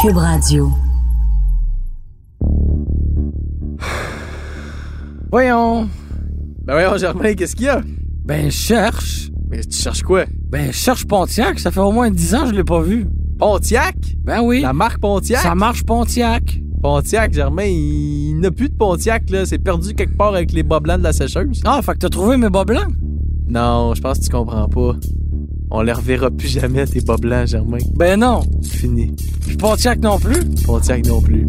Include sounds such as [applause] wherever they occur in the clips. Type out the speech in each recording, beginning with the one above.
Cube Radio. Voyons. Ben voyons, Germain, qu'est-ce qu'il y a? Ben, je cherche. Mais tu cherches quoi? Ben, je cherche Pontiac. Ça fait au moins 10 ans que je l'ai pas vu. Pontiac? Ben oui. La marque Pontiac? Ça marche Pontiac. Pontiac, Germain, il, il n'a plus de Pontiac, là. C'est perdu quelque part avec les bas blancs de la sécheuse. Ah, fait que t'as trouvé mes bas blancs? Non, je pense que tu comprends pas. On les reverra plus jamais, tes bas blancs, Germain. Ben non. C'est fini. Puis Pontiac non plus. Pontiac non plus.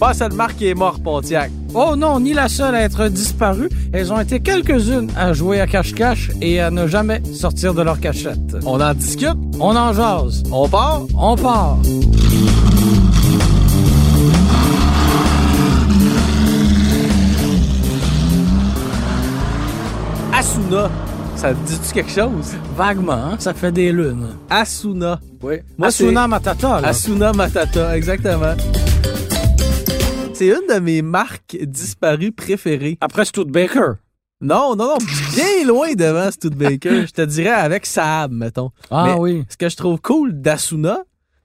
Pas seule marque qui est mort, Pontiac. Oh non, ni la seule à être disparue. Elles ont été quelques-unes à jouer à cache-cache et à ne jamais sortir de leur cachette. On en discute? On en jase. On part? On part. Asuna. Ça te dit-tu quelque chose? Vaguement, hein? ça fait des lunes. Asuna. Oui. Moi, Asuna Matata, là. Asuna Matata, exactement. C'est une de mes marques disparues préférées. Après Studebaker. Non, non, non, bien loin devant Studebaker. je te dirais avec Saab, mettons. Ah Mais oui. Ce que je trouve cool d'Asuna,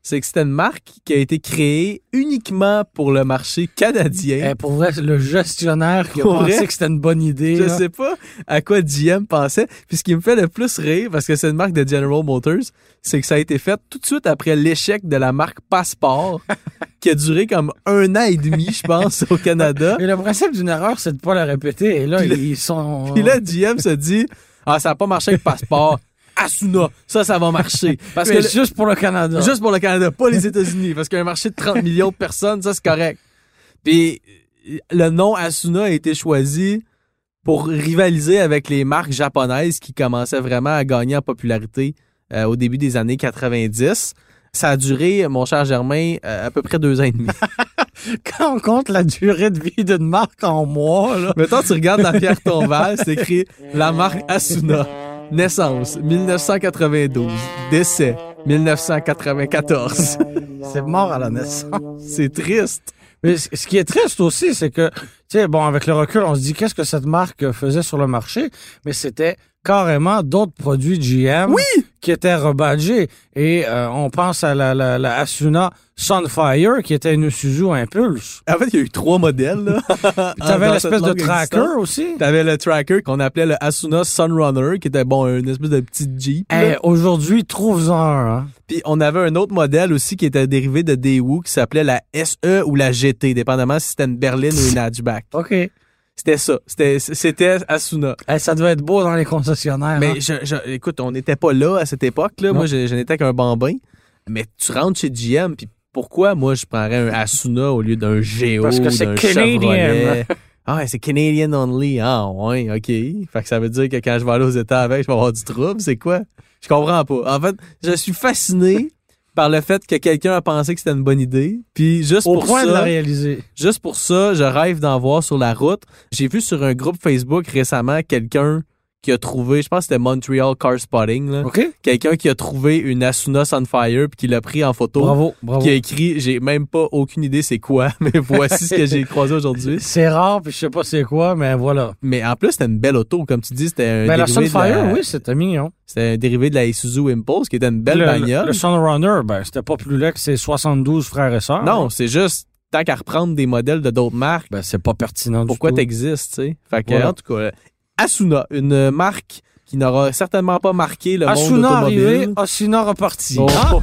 c'est que c'était une marque qui a été créée uniquement pour le marché canadien. Eh, pour vrai, le gestionnaire qui a Pour pensé vrai? que c'était une bonne idée. Je ben, là. sais pas à quoi GM pensait. Puis ce qui me fait le plus rire, parce que c'est une marque de General Motors, c'est que ça a été fait tout de suite après l'échec de la marque [laughs] Passport, qui a duré comme un an et demi, je pense, au Canada. Et le principe d'une erreur, c'est de pas la répéter. Et là, ils sont. Puis là, GM se dit Ah, ça n'a pas marché avec Passport. Asuna, ça, ça va marcher. Parce que Mais le- juste pour le Canada. juste pour le Canada, pas les États-Unis, parce qu'un marché de 30 millions de personnes, ça, c'est correct. Puis le nom Asuna a été choisi pour rivaliser avec les marques japonaises qui commençaient vraiment à gagner en popularité euh, au début des années 90. Ça a duré, mon cher Germain, euh, à peu près deux ans et demi. [laughs] Quand on compte la durée de vie d'une marque en mois, là. Maintenant, tu regardes la pierre tombale, c'est écrit la marque Asuna. Naissance 1992. Décès 1994. C'est mort à la naissance. c'est triste. Mais c- ce qui est triste aussi, c'est que, tu sais, bon, avec le recul, on se dit qu'est-ce que cette marque faisait sur le marché, mais c'était carrément d'autres produits GM qui étaient rebadgés. Et euh, on pense à la, la, la Asuna Sunfire, qui était une Suzuki Impulse. En fait, il y a eu trois modèles. [laughs] Là, Tu avais Dans l'espèce cette de longue tracker existence. aussi. T'avais le tracker qu'on appelait le Asuna Sunrunner, qui était bon, une espèce de petite Jeep. là. Hey, Eh, Aujourd'hui, trouve-en un. hein. Puis on avait un autre modèle aussi qui était dérivé de Daewoo, qui s'appelait la SE ou la GT, dépendamment si c'était une berline ou une hatchback. OK. Hey, C'était ça. C'était, c'était Asuna. Eh, ça devait être beau dans les concessionnaires. hein. Mais je, je- écoute, on n'était pas là à cette époque. Là. Non. Moi, je, je n'étais qu'un bambin. Mais tu rentres chez GM, puis pourquoi moi je prendrais un Asuna au lieu d'un Géo, Parce que c'est d'un Canadian. hein. Chevrolet? Ah, ouais, c'est Canadian only. Ah, ouais, OK. Fait que ça veut dire que quand je vais aller aux États avec, je vais avoir du trouble. C'est quoi? Je comprends pas. En fait, je suis fasciné par le fait que quelqu'un a pensé que c'était une bonne idée. Puis juste Au pour point ça, de la réaliser. Juste pour ça, je rêve d'en voir sur la route. J'ai vu sur un groupe Facebook récemment quelqu'un qui a trouvé, je pense que c'était Montreal Car Spotting, là. OK? quelqu'un qui a trouvé une Asuna Sunfire puis qui l'a pris en photo. Bravo, bravo. Qui a écrit, j'ai même pas aucune idée c'est quoi, [laughs] mais voici ce que j'ai croisé aujourd'hui. C'est rare, puis je sais pas c'est quoi, mais voilà. Mais en plus, c'était une belle auto, comme tu dis, c'était un, Mais Ben, la dérivé de Sunfire, la- oui, c'était mignon. c'était un dérivé de la Isuzu Impulse, qui était une belle le, bagnole. Le Sunrunner, ben, c'était pas plus laid que ses 72 frères et sœurs. Non, c'est juste, tant qu'à reprendre des modèles de d'autres marques, Ben, c'est pas pertinent pourquoi du tout. t'existes, tu sais. Fait que, Voilà. en tout cas, euh, Asuna, une euh, marque qui n'aura certainement pas marqué le monde Asuna automobile. arrivé, Asuna reparti. Oh. Ah,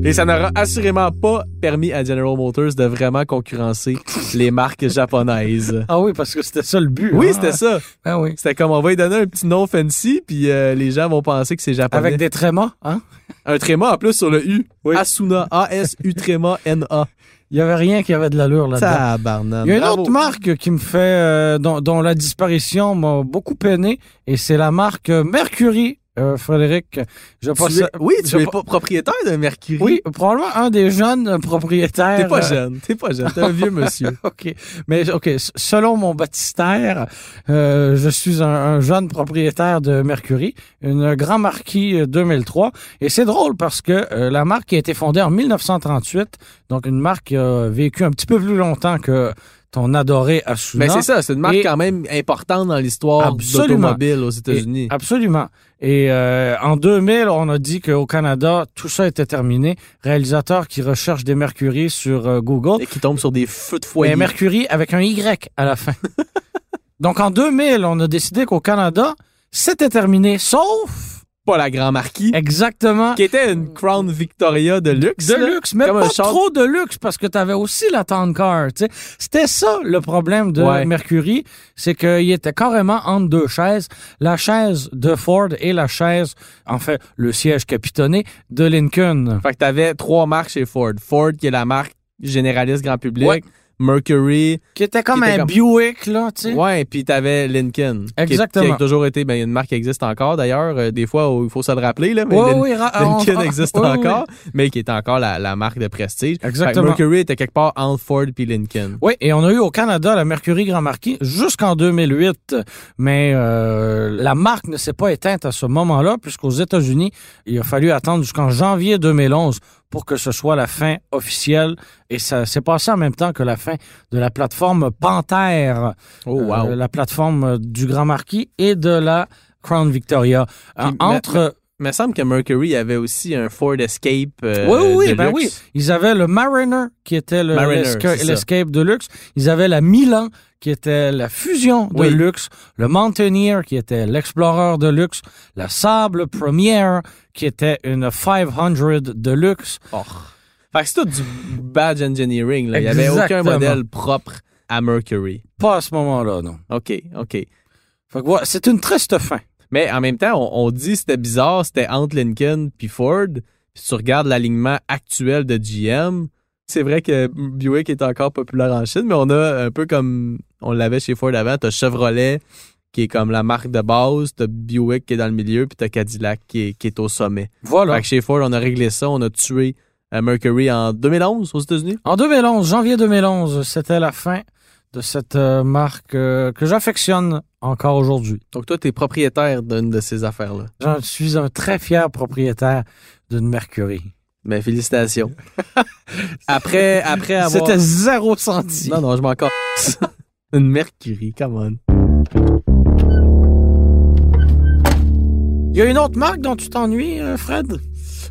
Puis [laughs] Et ça n'aura assurément pas permis à General Motors de vraiment concurrencer les marques japonaises. Ah oui, parce que c'était ça le but. Oui, hein? c'était ça. Ah oui. C'était comme on va lui donner un petit nom fancy, puis euh, les gens vont penser que c'est japonais. Avec des trémas, hein? Un tréma en plus sur le U. Oui. Asuna. A-S-U tréma N-A. Il y avait rien qui avait de l'allure là-dedans. Tabarnak. Il y a une Bravo. autre marque qui me fait, euh, dont, dont la disparition m'a beaucoup peiné, et c'est la marque Mercury, euh, Frédéric. Je Tu pense- es- oui, tu je es pas- pas propriétaire de Mercury. Oui, probablement un des jeunes propriétaires. T'es pas euh, jeune. T'es pas jeune. T'es un vieux monsieur. OK. Mais OK, s- selon mon baptistère, euh, je suis un, un jeune propriétaire de Mercury, une grand marquis euh, 2003. Et c'est drôle parce que euh, la marque a été fondée en 1938, donc une marque qui a vécu un petit peu plus longtemps que ton adoré [laughs] Asuna. Mais c'est ça, c'est une marque Et- quand même importante dans l'histoire Absolument. automobile aux États-Unis. Absolument. Et euh, en 2000, on a dit qu'au Canada, tout ça était terminé. Réalisateur qui recherche des Mercury sur euh, Google. Et qui tombe sur des feux de Mais foyer. Mercury avec un Y à la fin. Donc en 2000, on a décidé qu'au Canada, c'était terminé, sauf pas la Grand Marquis, exactement qui était une Crown Victoria de luxe. de là. luxe, mais Comme pas un char- trop de luxe parce que tu avais aussi la town car. tu sais. C'était ça le problème de Ouais. Mercury, c'est qu'il était carrément entre deux chaises, la chaise de Ford et la chaise, en fait, le siège capitonné de Lincoln. Fait que t'avais trois marques chez Ford. Ford, qui est la marque généraliste grand public. Ouais. Mercury. Qui était comme Qui était un comme- Buick, là, tu sais. Ouais, puis t'avais Lincoln. qui est- Qui, Exactement. a toujours été, ben, une marque qui existe encore d'ailleurs. Euh, des fois, il faut se le rappeler, là. Mais Ouais, Lin- oui, ra- on- Lincoln on- existe [laughs] oui, oui, oui. encore, mais qui est encore la, la marque de prestige. Fait que Exactement. Mercury était quelque part entre Ford puis Lincoln. Oui, et on a eu au Canada la Mercury Grand Marquis jusqu'en 2008, mais euh, la marque ne s'est pas éteinte à ce moment-là, puisqu'aux États-Unis, il a fallu attendre jusqu'en janvier 2011 pour que ce soit la fin officielle, et ça s'est passé en même temps que la fin de la plateforme Panther, Oh, euh, la plateforme euh, du Grand Marquis et de la Crown Victoria. Euh, Puis, mais- entre Il me semble que Mercury avait aussi un Ford Escape. euh, oui, oui, de oui, ben oui. luxe. Ils avaient le Mariner, qui était le- Mariner, l'esca- c'est ça. l'escape de luxe. Ils avaient la Milan, qui était la fusion de Oui. luxe. Le Mountaineer, qui était l'explorer de luxe. La Sable Première, qui était une 500 de luxe. Oh. Fait que c'est tout du badge engineering. Là. Il n'y avait aucun Exactement. modèle propre à Mercury. Pas à ce moment-là, non. OK, OK. Fait que voilà, c'est une triste fin. Mais en même temps, on, on dit que c'était bizarre, c'était entre Lincoln puis Ford. Puis tu regardes l'alignement actuel de GM. C'est vrai que Buick est encore populaire en Chine, mais on a un peu comme on l'avait chez Ford avant, t'as Chevrolet qui est comme la marque de base, t'as Buick qui est dans le milieu, puis t'as Cadillac qui est, qui est au sommet. Voilà. Fait que chez Ford, on a réglé ça, on a tué euh, Mercury en 2011 aux États-Unis. En 2011, janvier 2011, c'était la fin de cette euh, marque euh, que j'affectionne encore aujourd'hui. Donc toi, t'es propriétaire d'une de ces affaires-là. J'en suis un très fier propriétaire d'une Mercury. Mais Ben, félicitations. après, après avoir... C'était zéro senti. Non, non, je m'en casse. Une Mercury, come on. Il y a une autre marque dont tu t'ennuies, euh, Fred?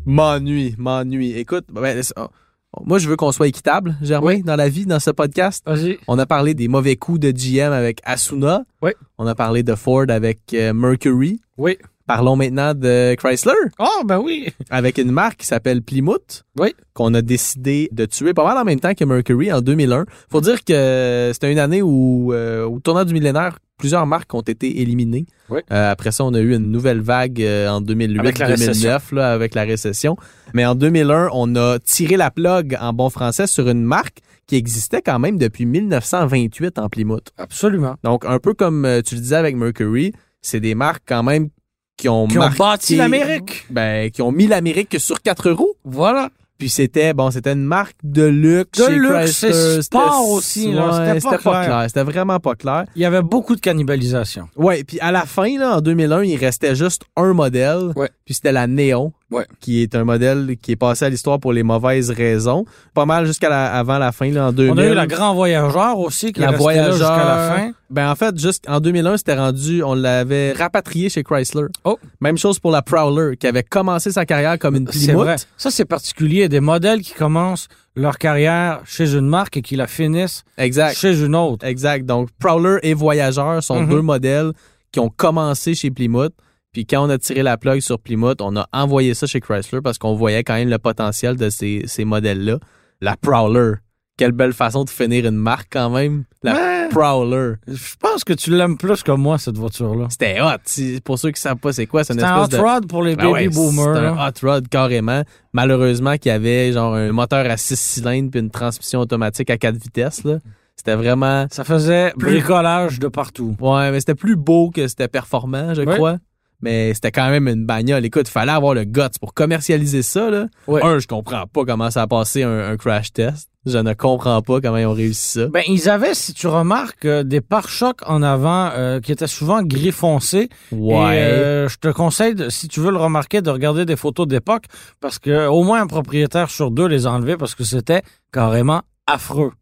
M'ennuie, m'ennuie. Écoute, ben, laisse- oh, oh, moi, je veux qu'on soit équitable, Germain, dans la vie, dans ce podcast. Vas-y. On a parlé des mauvais coups de GM avec Asuna. Oui. On a parlé de Ford avec euh, Mercury. Oui. Parlons maintenant de Chrysler Oh, ben oui. avec une marque qui s'appelle Plymouth. Oui. Qu'on a décidé de tuer pas mal en même temps que Mercury en 2001. Faut dire que c'était une année où, euh, au tournant du millénaire, plusieurs marques ont été éliminées. Oui. Euh, après ça, on a eu une nouvelle vague euh, en 2008, Avec la 2009, là, avec la récession. Mais en 2001, on a tiré la plug en bon français sur une marque qui existait quand même depuis 1928 en Plymouth. Absolument. Donc, un peu comme euh, tu le disais avec Mercury, c'est des marques quand même qui ont, Qui ont marqué- bâti l'Amérique. ben, qui ont mis l'Amérique sur quatre roues. Voilà. Puis c'était, bon, c'était une marque de luxe. De chez luxe, Chrysler, c'est sport c'était- aussi, là, c'était pas clair. C'était vraiment pas clair. Il y avait beaucoup de cannibalisation. Ouais, puis à la fin, là, en 2001, il restait juste un modèle. Ouais. Puis c'était la Néon. Ouais. Qui est un modèle qui est passé à l'histoire pour les mauvaises raisons. Pas mal jusqu'à la, avant la fin, là, en 2000. On a eu la Grand Voyageur aussi, qui La est restée là Voyageur. jusqu'à la fin. Ben, en fait, juste en 2001, c'était rendu, on l'avait rapatrié chez Chrysler. Oh. Même chose pour la Prowler, qui avait commencé sa carrière comme une C'est Plymouth. vrai. Ça, c'est particulier. Des modèles qui commencent leur carrière chez une marque et qui la finissent Exact. chez une autre. Exact. Donc, Prowler et Voyageur sont Mhm. deux modèles qui ont commencé chez Plymouth. Puis quand on a tiré la plug sur Plymouth, on a envoyé ça chez Chrysler parce qu'on voyait quand même le potentiel de ces, ces modèles-là. La Prowler. Quelle belle façon de finir une marque quand même. La Ouais. Prowler. Je pense que tu l'aimes plus que moi, cette voiture-là. C'était hot. Si- Pour ceux qui savent pas c'est quoi, c'est une C'est un hot espèce de... rod pour les Ben ouais, baby boomers. C'est là. un hot rod carrément. Malheureusement, qu'il y avait genre un moteur à 6 cylindres puis une transmission automatique à 4 vitesses. là. C'était vraiment. Ça faisait bricolage de partout. Ouais, mais c'était plus beau que c'était performant, je Ouais. crois. Mais c'était quand même une bagnole. Écoute, fallait avoir le guts pour commercialiser ça. Là. Ouais. Un, je comprends pas comment ça a passé un, un crash test. Je ne comprends pas comment ils ont réussi ça. Ben, ils avaient, si tu remarques, euh, des pare-chocs en avant euh, qui étaient souvent gris foncé. Et, euh, je te conseille, de- si tu veux le remarquer, de regarder des photos d'époque parce que au moins un propriétaire sur deux les a enlevés parce que c'était carrément affreux.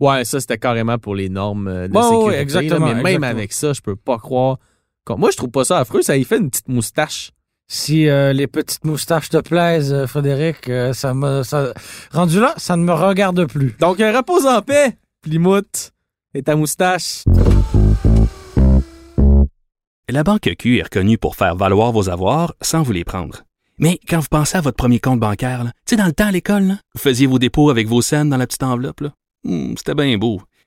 Ouais, ça, c'était carrément pour les normes euh, de Ouais, ouais, sécurité. ouais, exactement, là, mais même exactement. avec ça, je peux pas croire. qu'on- Moi, je trouve pas ça affreux. Ça y fait une petite moustache. Si euh, les petites moustaches te plaisent, euh, Frédéric, euh, ça me, ça, rendu là, ça ne me regarde plus. Donc, euh, repose en paix, Plymouth et ta moustache. La Banque Q est reconnue pour faire valoir vos avoirs sans vous les prendre. Mais quand vous pensez à votre premier compte bancaire, là, tu sais, dans le temps à l'école, là, vous faisiez vos dépôts avec vos scènes dans la petite enveloppe. là. Hmm, C'était bien beau.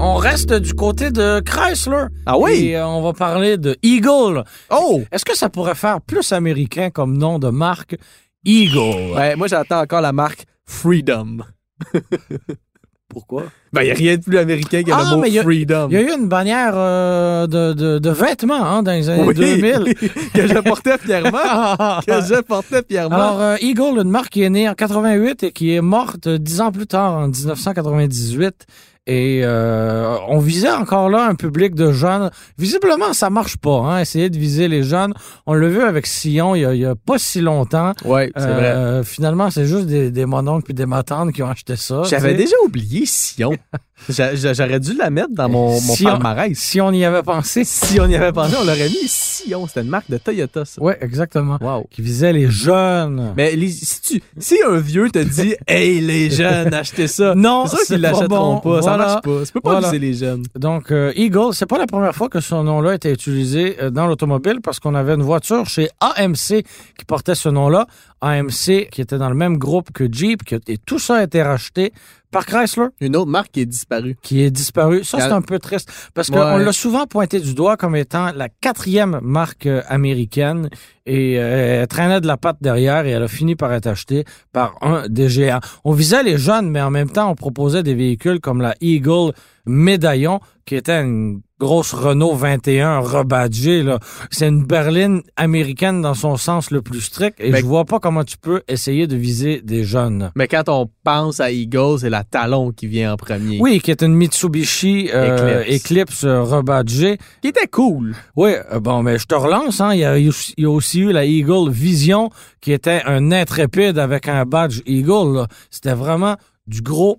On reste du côté de Chrysler. Ah oui? Et euh, on va parler de Eagle. Oh! Est-ce que ça pourrait faire plus américain comme nom de marque Eagle? Ouais, Ben, moi, j'attends encore la marque [laughs] Freedom. Pourquoi? Ben, il a rien de plus américain que Ah, le mot mais y a- Freedom. Il y a eu une bannière euh, de, de- de vêtements hein, dans les années Oui, [laughs] 2000. que je portais Ah, fièrement. que je portais fièrement. Alors, euh, Eagle, une marque qui est née en 88 et qui est morte euh, dix ans plus tard, en 1998. Et euh, on visait encore là un public de jeunes. Visiblement, ça marche pas, hein, essayer de viser les jeunes. On l'a vu avec Sillon il y a- il y a pas si longtemps. ouais, c'est vrai. Euh, Finalement, c'est juste des, des mononcles puis des matantes qui ont acheté ça. J'avais tu sais. déjà oublié [laughs] Sion. J'a- j'a- J'aurais dû la mettre dans mon, mon Sion. palmarès. Si on y avait pensé. Si on y avait pensé, on l'aurait mis Sion. C'était une marque de Toyota, ça. Ouais, exactement. Wow. Qui visait les jeunes. Mais les- si, tu, si un vieux te [laughs] dit Hey les jeunes, achetez ça, non, c'est sûr qu'ils pas l'achèteront bon. pas. Ça Voilà. marche pas. Tu peux pas Voilà. viser les jeunes. Donc, euh, Eagle, c'est pas la première fois que ce nom-là était utilisé euh, dans l'automobile parce qu'on avait une voiture chez AMC qui portait ce nom-là. AMC qui était dans le même groupe que Jeep qui- et tout ça a été racheté par Chrysler Une autre marque qui est disparue. qui est disparu. Ça, c'est Cal- un peu triste parce Ouais. qu'on l'a souvent pointé du doigt comme étant la quatrième marque euh, américaine et euh, elle traînait de la patte derrière et elle a fini par être achetée par un des géants. On visait les jeunes, mais en même temps, on proposait des véhicules comme la Eagle Médaillon qui était une grosse Renault 21 rebadgée. là. C'est une berline américaine dans son sens le plus strict et Mais- je vois pas comment tu peux essayer de viser des jeunes. Mais quand on pense à Eagle, c'est la talon qui vient en premier. Oui, qui est une Mitsubishi euh, Eclipse. Eclipse, euh, rebadgée. Qui était cool. Oui, euh, bon, mais je te relance. Hein. Il, y a, eu- il y a aussi eu la Eagle Vision, qui était un intrépide avec un badge Eagle. là. C'était vraiment du gros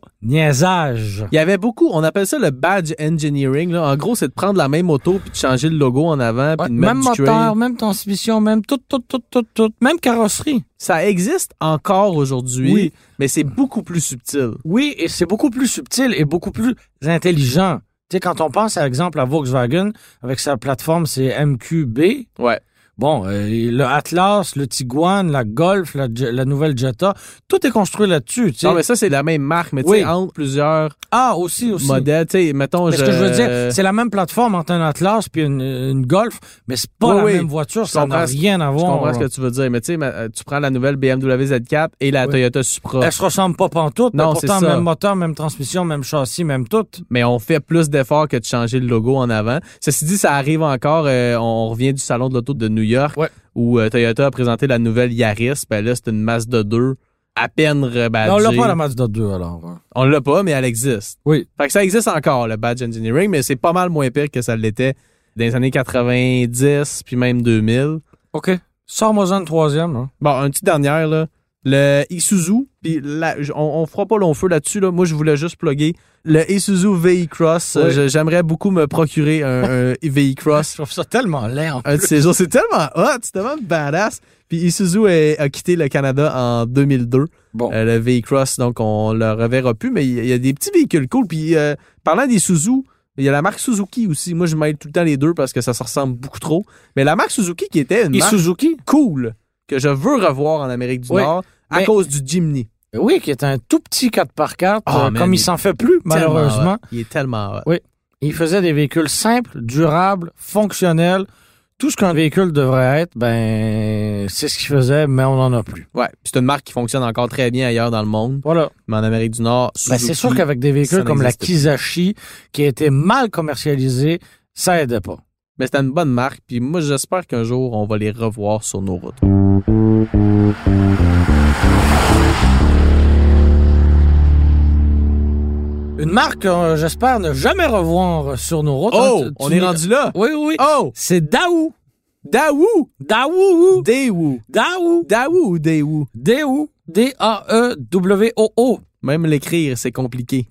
niaisage. Il y avait beaucoup, on appelle ça le badge engineering. là. En gros, c'est de prendre la même auto puis de changer le logo en avant puis Ouais, de mettre même du trim. moteur, même transmission, même tout, tout, tout, tout, tout, même carrosserie. Ça existe encore aujourd'hui, Oui. mais c'est beaucoup plus subtil. Oui, et c'est beaucoup plus subtil et beaucoup plus intelligent. Tu sais, quand on pense, par exemple, à Volkswagen, avec sa plateforme, c'est MQB, Ouais. Bon, euh, le Atlas, le Tiguan, la Golf, la, Je- la nouvelle Jetta, tout est construit là-dessus. tu sais. Non, mais ça, c'est la même marque, mais tu Oui. sais, entre plusieurs Ah, aussi, aussi. modèles, tu sais, mettons, Mais ce que je veux dire, c'est la même plateforme entre un Atlas puis une, une Golf, mais c'est pas Oui, la oui. même voiture, Je ça n'a comprends ce- rien à Je voir. comprends ce que tu veux dire, mais tu sais, ma- euh, tu prends la nouvelle BMW Z4 et la Oui. Toyota Supra, Elles se ressemblent pas pantoute, Non, mais c'est pourtant ça. même moteur, même transmission, même châssis, même tout. mais on fait plus d'efforts que de changer le logo en avant. Ceci dit, ça arrive encore, euh, on revient du salon de l'auto de New York Ouais. où euh, Toyota a présenté la nouvelle Yaris, ben là, c'est une masse de deux à peine rebadgée. Non, on l'a pas la Mazda 2 alors. hein. On l'a pas, mais elle existe. Oui. Fait que ça existe encore, le badge engineering, mais c'est pas mal moins pire que ça l'était dans les années 90 puis même 2000. OK. Sors-moi-en une troisième. hein. Bon, un petit dernière, là. le Isuzu, puis la- j- on, on fera pas long feu là-dessus. Là. Moi, je voulais juste plugger le Isuzu VI Cross. Oui. Je- J'aimerais beaucoup me procurer [laughs] un, un VI Cross. Je trouve ça tellement laid. en- Un de ces jours, c'est tellement hot, c'est tellement badass. Puis Isuzu est- a quitté le Canada en 2002. Bon. Euh, le V-Cross, donc on le reverra plus, mais il y a- il y, a des petits véhicules cool. Puis euh, parlant des Suzuki, il y a la marque Suzuki aussi. Moi, je mêle tout le temps les deux parce que ça se ressemble beaucoup trop. Mais la marque Suzuki qui était une Et marque Suzuki? cool que je veux revoir en Amérique du Oui, Nord à mais- cause du Jimny. Oui, qui est un tout petit 4x4, Ah, euh, man, comme il il- s'en fait plus, malheureusement. Tellement hot. Il est tellement hot. Oui. Il faisait des véhicules simples, durables, fonctionnels. Tout ce qu'un véhicule devrait être, ben, c'est ce qu'il faisait, mais on n'en a plus. Ouais. Puis C'est une marque qui fonctionne encore très bien ailleurs dans le monde, Voilà. mais en Amérique du Nord, Ben, Suzuki- c'est sûr qu'avec des ça véhicules comme la n'existe plus. Kizashi, qui a été mal commercialisée, ça aidait pas. Mais c'était une bonne marque. Puis moi, j'espère qu'un jour, on va les revoir sur nos routes. Une marque, euh, j'espère, ne jamais revoir sur nos routes. Oh! Hein, tu- On tu- est rendu là! Oui, oui, oui. Oh! C'est Daou. Daewoo! Daou. Daewoo! Daou. Daewoo ou Daewoo? D-O. D-A-E-W-O-O. Même l'écrire, c'est compliqué.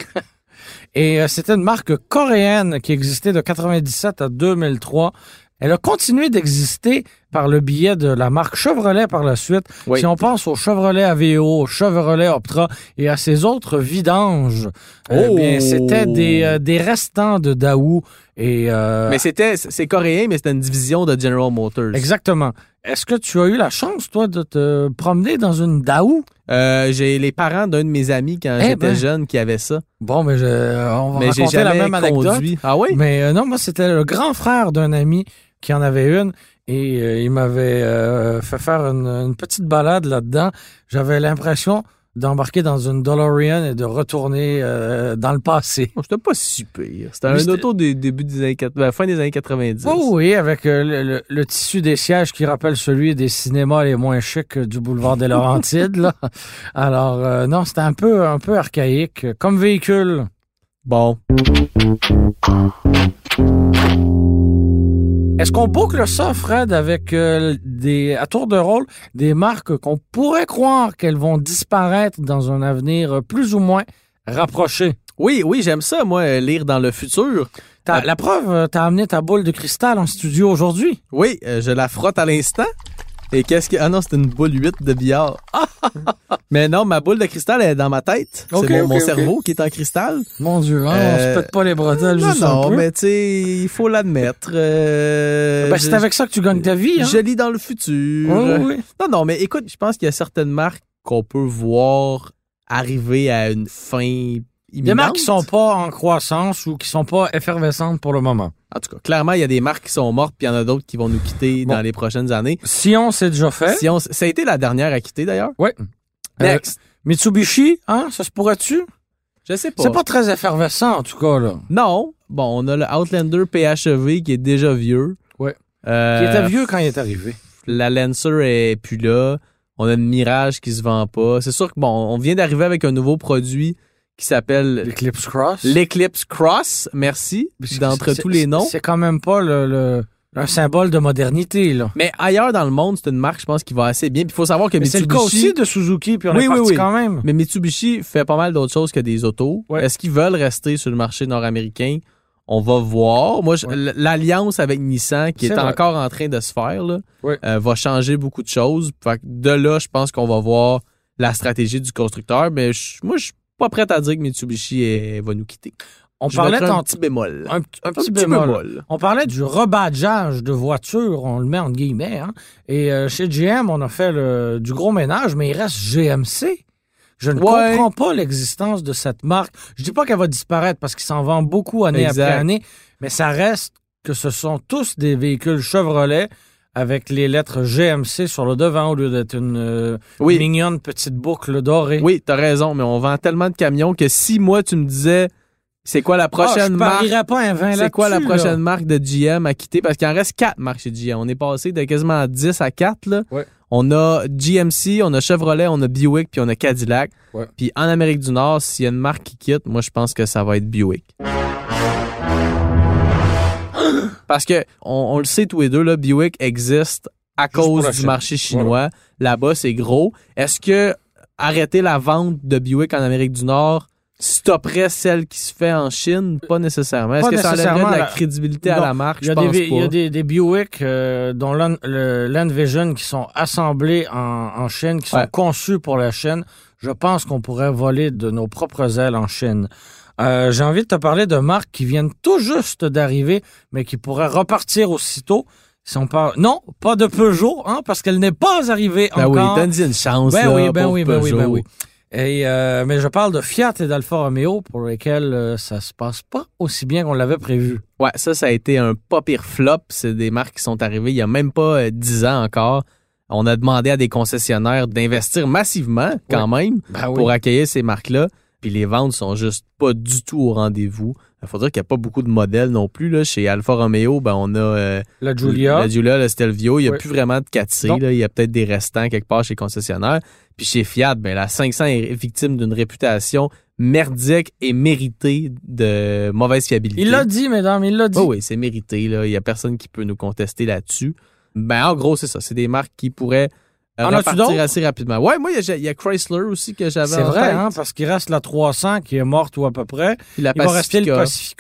Et euh, c'était une marque coréenne qui existait de 97 à 2003. Elle a continué d'exister par le biais de la marque Chevrolet par la suite. Oui. Si on pense au Chevrolet Aveo, au Chevrolet Optra et à ces autres vidanges, eh Oh! bien, c'était des, euh, des restants de Daou. Et, [laughs] euh, Mais c'était, c'est coréen, mais c'était une division de General Motors. exactement. Est-ce que tu as eu la chance, toi, de te promener dans une Daou? Euh, j'ai les parents d'un de mes amis quand Eh j'étais ben. jeune qui avait ça. Bon, mais je- on va mais j'ai raconter jamais la même anecdote. conduit. Ah oui? Mais euh, non, moi, c'était le grand frère d'un ami qui en avait une. Et euh, il m'avait euh, fait faire une, une petite balade là-dedans. J'avais l'impression d'embarquer dans une DeLorean et de retourner euh, dans le passé. Oh, C'était pas si pire. C'était Mais un c'était- auto des début des années 80, ben, fin des années 90. Oh oui, avec euh, le, le- le tissu des sièges qui rappelle celui des cinémas les moins chics euh, du boulevard des Laurentides. [laughs] là. Alors euh, non, c'était un peu, un peu archaïque euh, comme véhicule. Bon. Est-ce qu'on boucle ça, Fred, avec euh, des, à tour de rôle, des marques qu'on pourrait croire qu'elles vont disparaître dans un avenir euh, plus ou moins rapproché? Oui, oui, j'aime ça, moi, euh, lire dans le futur. T'as- la preuve, euh, t'as amené ta boule de cristal en studio aujourd'hui. Oui, euh, je la frotte à l'instant. Et qu'est-ce que. Ah non, c'est une boule 8 de billard. [laughs] mais non, ma boule de cristal elle est dans ma tête. Ok, c'est mon, ok, mon ok. cerveau qui est en cristal. Mon Dieu, hein, Euh, on se pète pas les bretelles Non, juste un non, peu. mais tu sais, il faut l'admettre. euh, Ben, c'est je- avec ça que tu gagnes ta vie, hein? Je lis dans le futur. Oui, oui, oui. Non, non, mais écoute, je pense qu'il y a certaines marques qu'on peut voir arriver à une fin imminente. Des marques qui sont pas en croissance ou qui sont pas effervescentes pour le moment. En tout cas, clairement, il y a des marques qui sont mortes, puis il y en a d'autres qui vont nous quitter Bon. Hein? dans les prochaines années. Sion, c'est déjà fait. Si on... s- Ça a été la dernière à quitter, d'ailleurs. Ouais. Euh, Next. Mitsubishi, hein? Ça se pourrait-tu? Je sais pas. C'est pas très effervescent, en tout cas, là. Non. Bon, on a le Outlander PHEV qui est déjà vieux. Ouais. Euh, Il était vieux quand il est arrivé. La Lancer est plus là. On a le Mirage qui se vend pas. C'est sûr que bon, on vient d'arriver avec un nouveau produit qui s'appelle L'Eclipse Cross. l'Eclipse Cross. Merci d'entre C'est- tous les noms. C'est quand même pas le, le- un symbole de modernité, là. Mais ailleurs dans le monde, c'est une marque, je pense, qui va assez bien. Puis il faut savoir que Mais c'est le cas Mitsubishi, aussi de Suzuki, puis on Oui, est oui, parti oui. quand même. mais Mitsubishi fait pas mal d'autres choses que des autos. Ouais. Est-ce qu'ils veulent rester sur le marché nord-américain? On va voir. Moi, je- Ouais. l- l'alliance avec Nissan, qui est, C'est vrai. encore en train de se faire, là, Ouais. euh, va changer beaucoup de choses. Fait que de là, je pense qu'on va voir la stratégie du constructeur. Mais je- moi, je suis pas prêt à dire que Mitsubishi eh, va nous quitter. On Je parlait mettrais un tant- petit bémol. un, p- un petit bémol. On parlait du rebadgeage de voitures, on le met entre guillemets. hein. Et euh, chez GM, on a fait le- du gros ménage, mais il reste GMC. Je ne Ouais. comprends pas l'existence de cette marque. Je dis pas qu'elle va disparaître parce qu'il s'en vend beaucoup année après Exact. année, mais ça reste que ce sont tous des véhicules Chevrolet avec les lettres GMC sur le devant au lieu d'être une euh, Oui. mignonne petite boucle dorée. Ah, Oui, t'as raison, mais on vend tellement de camions que si moi tu me disais c'est quoi la Ah, prochaine je marque parierais pas un vin c'est quoi la là-dessus, là. prochaine marque de GM à quitter parce qu'il en reste 4 marques chez GM. On est passé de quasiment 10 à 4 là. Ouais. On a GMC, on a Chevrolet, on a Buick puis on a Cadillac. Ouais. Puis en Amérique du Nord, s'il y a une marque qui quitte, moi je pense que ça va être [gasps] Buick. Parce que on, on le sait tous les deux là, Buick existe à pour cause la du Chine. marché chinois. Là-bas, c'est gros. Est-ce que arrêter la vente de Buick en Amérique du Nord stopperait celle qui se fait en Chine? Pas nécessairement. Est-ce Pas que ça nécessairement, enlèverait de la la- crédibilité à Non. la marque? Il y Je a, des, pense vi- il y a pas. des, des Buick euh, dont l'An- le Land Vision qui sont assemblés en, en Chine, qui sont Ouais. conçus pour la Chine. Je pense qu'on pourrait voler de nos propres ailes en Chine. Euh, J'ai envie de te parler de marques qui viennent tout juste d'arriver, mais qui pourraient repartir aussitôt. Si on parle... Non, pas de Peugeot, hein, parce qu'elle n'est pas arrivée Ben oui, encore. donne-y une chance. Ben là, oui, ben pauvre oui, ben oui, ben Peugeot. oui. Et, euh, mais je parle de Fiat et d'Alfa Romeo pour lesquels euh, ça se passe pas aussi bien qu'on l'avait prévu. Ouais, ça, ça a été un pas pire flop. C'est des marques qui sont arrivées il y a même pas euh, 10 ans encore. On a demandé à des concessionnaires d'investir massivement, quand même, Ben pour accueillir ces marques-là. Puis les ventes sont juste pas du tout au rendez-vous. Il faut dire qu'il n'y a pas beaucoup de modèles non plus. Là. Chez Alfa Romeo, ben, on a euh, La Giulia. la Giulia, le Stelvio. Il n'y a Oui. plus vraiment de 4C. Non. là. Il y a peut-être des restants quelque part chez les concessionnaires. Puis chez Fiat, ben, la 500 est victime d'une réputation merdique et méritée de mauvaise fiabilité. Il l'a dit, mesdames, il l'a dit. Oui, oui, c'est mérité. là. Il n'y a personne qui peut nous contester là-dessus. Ben, en gros, c'est ça. C'est des marques qui pourraient euh, En as-tu repartir d'autres? assez rapidement. Ouais, moi, il y a- il y, a Chrysler aussi que j'avais C'est en vrai, tête. hein, parce qu'il reste la 300 qui est morte ou à peu près. Puis la Il va rester le Pacifica.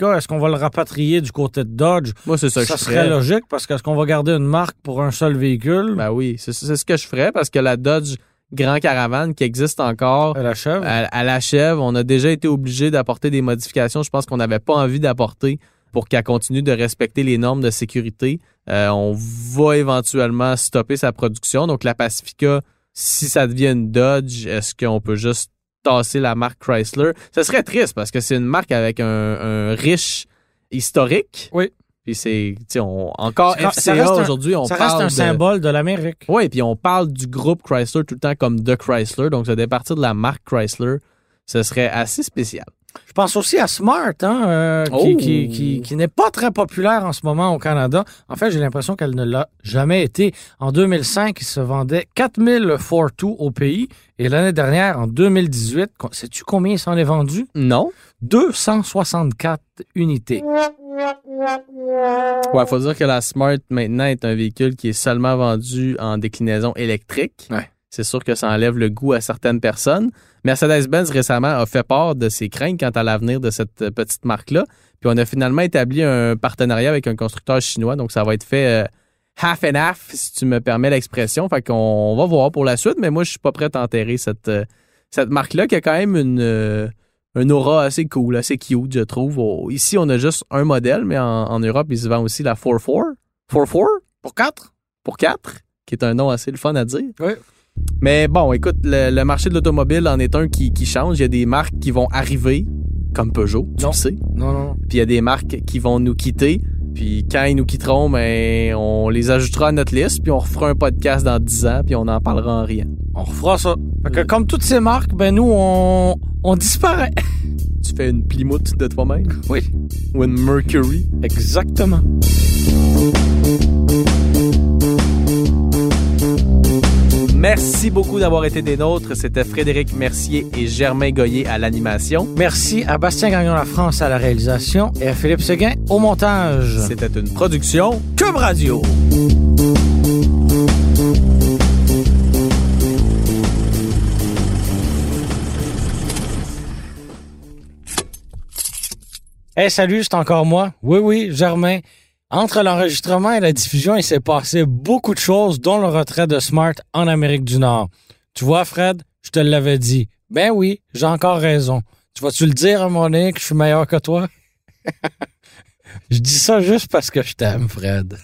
Pacifica. Est-ce qu'on va le rapatrier du côté de Dodge? Moi, c'est ça Ça, que je serait ferais. logique parce qu'est-ce qu'on va garder une marque pour un seul véhicule? Ben oui, c'est c'est ce que je ferais parce que la Dodge Grand Caravan qui existe encore, Ben, Elle achève. elle, elle achève. On a déjà été obligé d'apporter des modifications. Je pense qu'on n'avait pas envie d'apporter pour qu'elle continue de respecter les normes de sécurité. Euh, on va éventuellement stopper sa production. Donc, la Pacifica, si ça devient une Dodge, est-ce qu'on peut juste tasser la marque Chrysler? Ce serait triste parce que c'est une marque avec un, un riche historique. Oui. Puis c'est, tu sais, on, encore Ça- FCA ça reste un- aujourd'hui, on ça parle reste un de- symbole de l'Amérique. oui, puis on parle du groupe Chrysler tout le temps comme de Chrysler, donc se départir de la marque Chrysler, ce serait assez spécial. Je pense aussi à Smart, hein, euh, Oh. qui, qui, qui- qui n'est pas très populaire en ce moment au Canada. En fait, j'ai l'impression qu'elle ne l'a jamais été. En 2005, il se vendait 4000 Fortwo au pays. Et l'année dernière, en 2018, con- sais-tu combien il s'en est vendu? Non? 264 unités. Ouais, faut dire que la Smart maintenant est un véhicule qui est seulement vendu en déclinaison électrique. Ouais. C'est sûr que ça enlève le goût à certaines personnes. Mercedes-Benz récemment a fait part de ses craintes quant à l'avenir de cette euh, petite marque-là. Puis on a finalement établi un partenariat avec un constructeur chinois, donc ça va être fait euh, half and half, si tu me permets l'expression. Fait qu'on on va voir pour la suite, mais moi je suis pas prêt à enterrer cette, euh, cette marque-là qui a quand même une, euh, une aura assez cool, assez cute, je trouve. Oh, ici, on a juste un modèle, mais en, en Europe, ils se vendent aussi la 4-4. 4-4? Pour 4? Pour 4, qui est un nom assez le fun à dire. Oui. Mais bon, écoute, le, le marché de l'automobile en est un qui, qui change. Il y a des marques qui vont arriver, comme Peugeot, tu Non. le sais. Non, non, non. Puis il y a des marques qui vont nous quitter. Puis quand ils nous quitteront, ben, on les ajoutera à notre liste, puis on refera un podcast dans 10 ans, puis on en parlera en rien. On refera ça. Fait que comme toutes ces marques, ben nous, on, on disparaît. Tu fais une Plymouth de toi-même? Oui. Ou une Mercury? Exactement. Merci beaucoup d'avoir été des nôtres. C'était Frédéric Mercier et Germain Goyer à l'animation. Merci à Bastien Gagnon La France à la réalisation et à Philippe Séguin au montage. C'était une production Cube Radio. Hey, salut, c'est encore moi. Oui, oui, Germain. Entre l'enregistrement et la diffusion, il s'est passé beaucoup de choses, dont le retrait de Smart en Amérique du Nord. Tu vois, Fred, je te l'avais dit. Ben oui, j'ai encore raison. Tu vas-tu le dire à mon [laughs] donné que je suis meilleur que toi? je dis ça juste parce que je t'aime, Fred.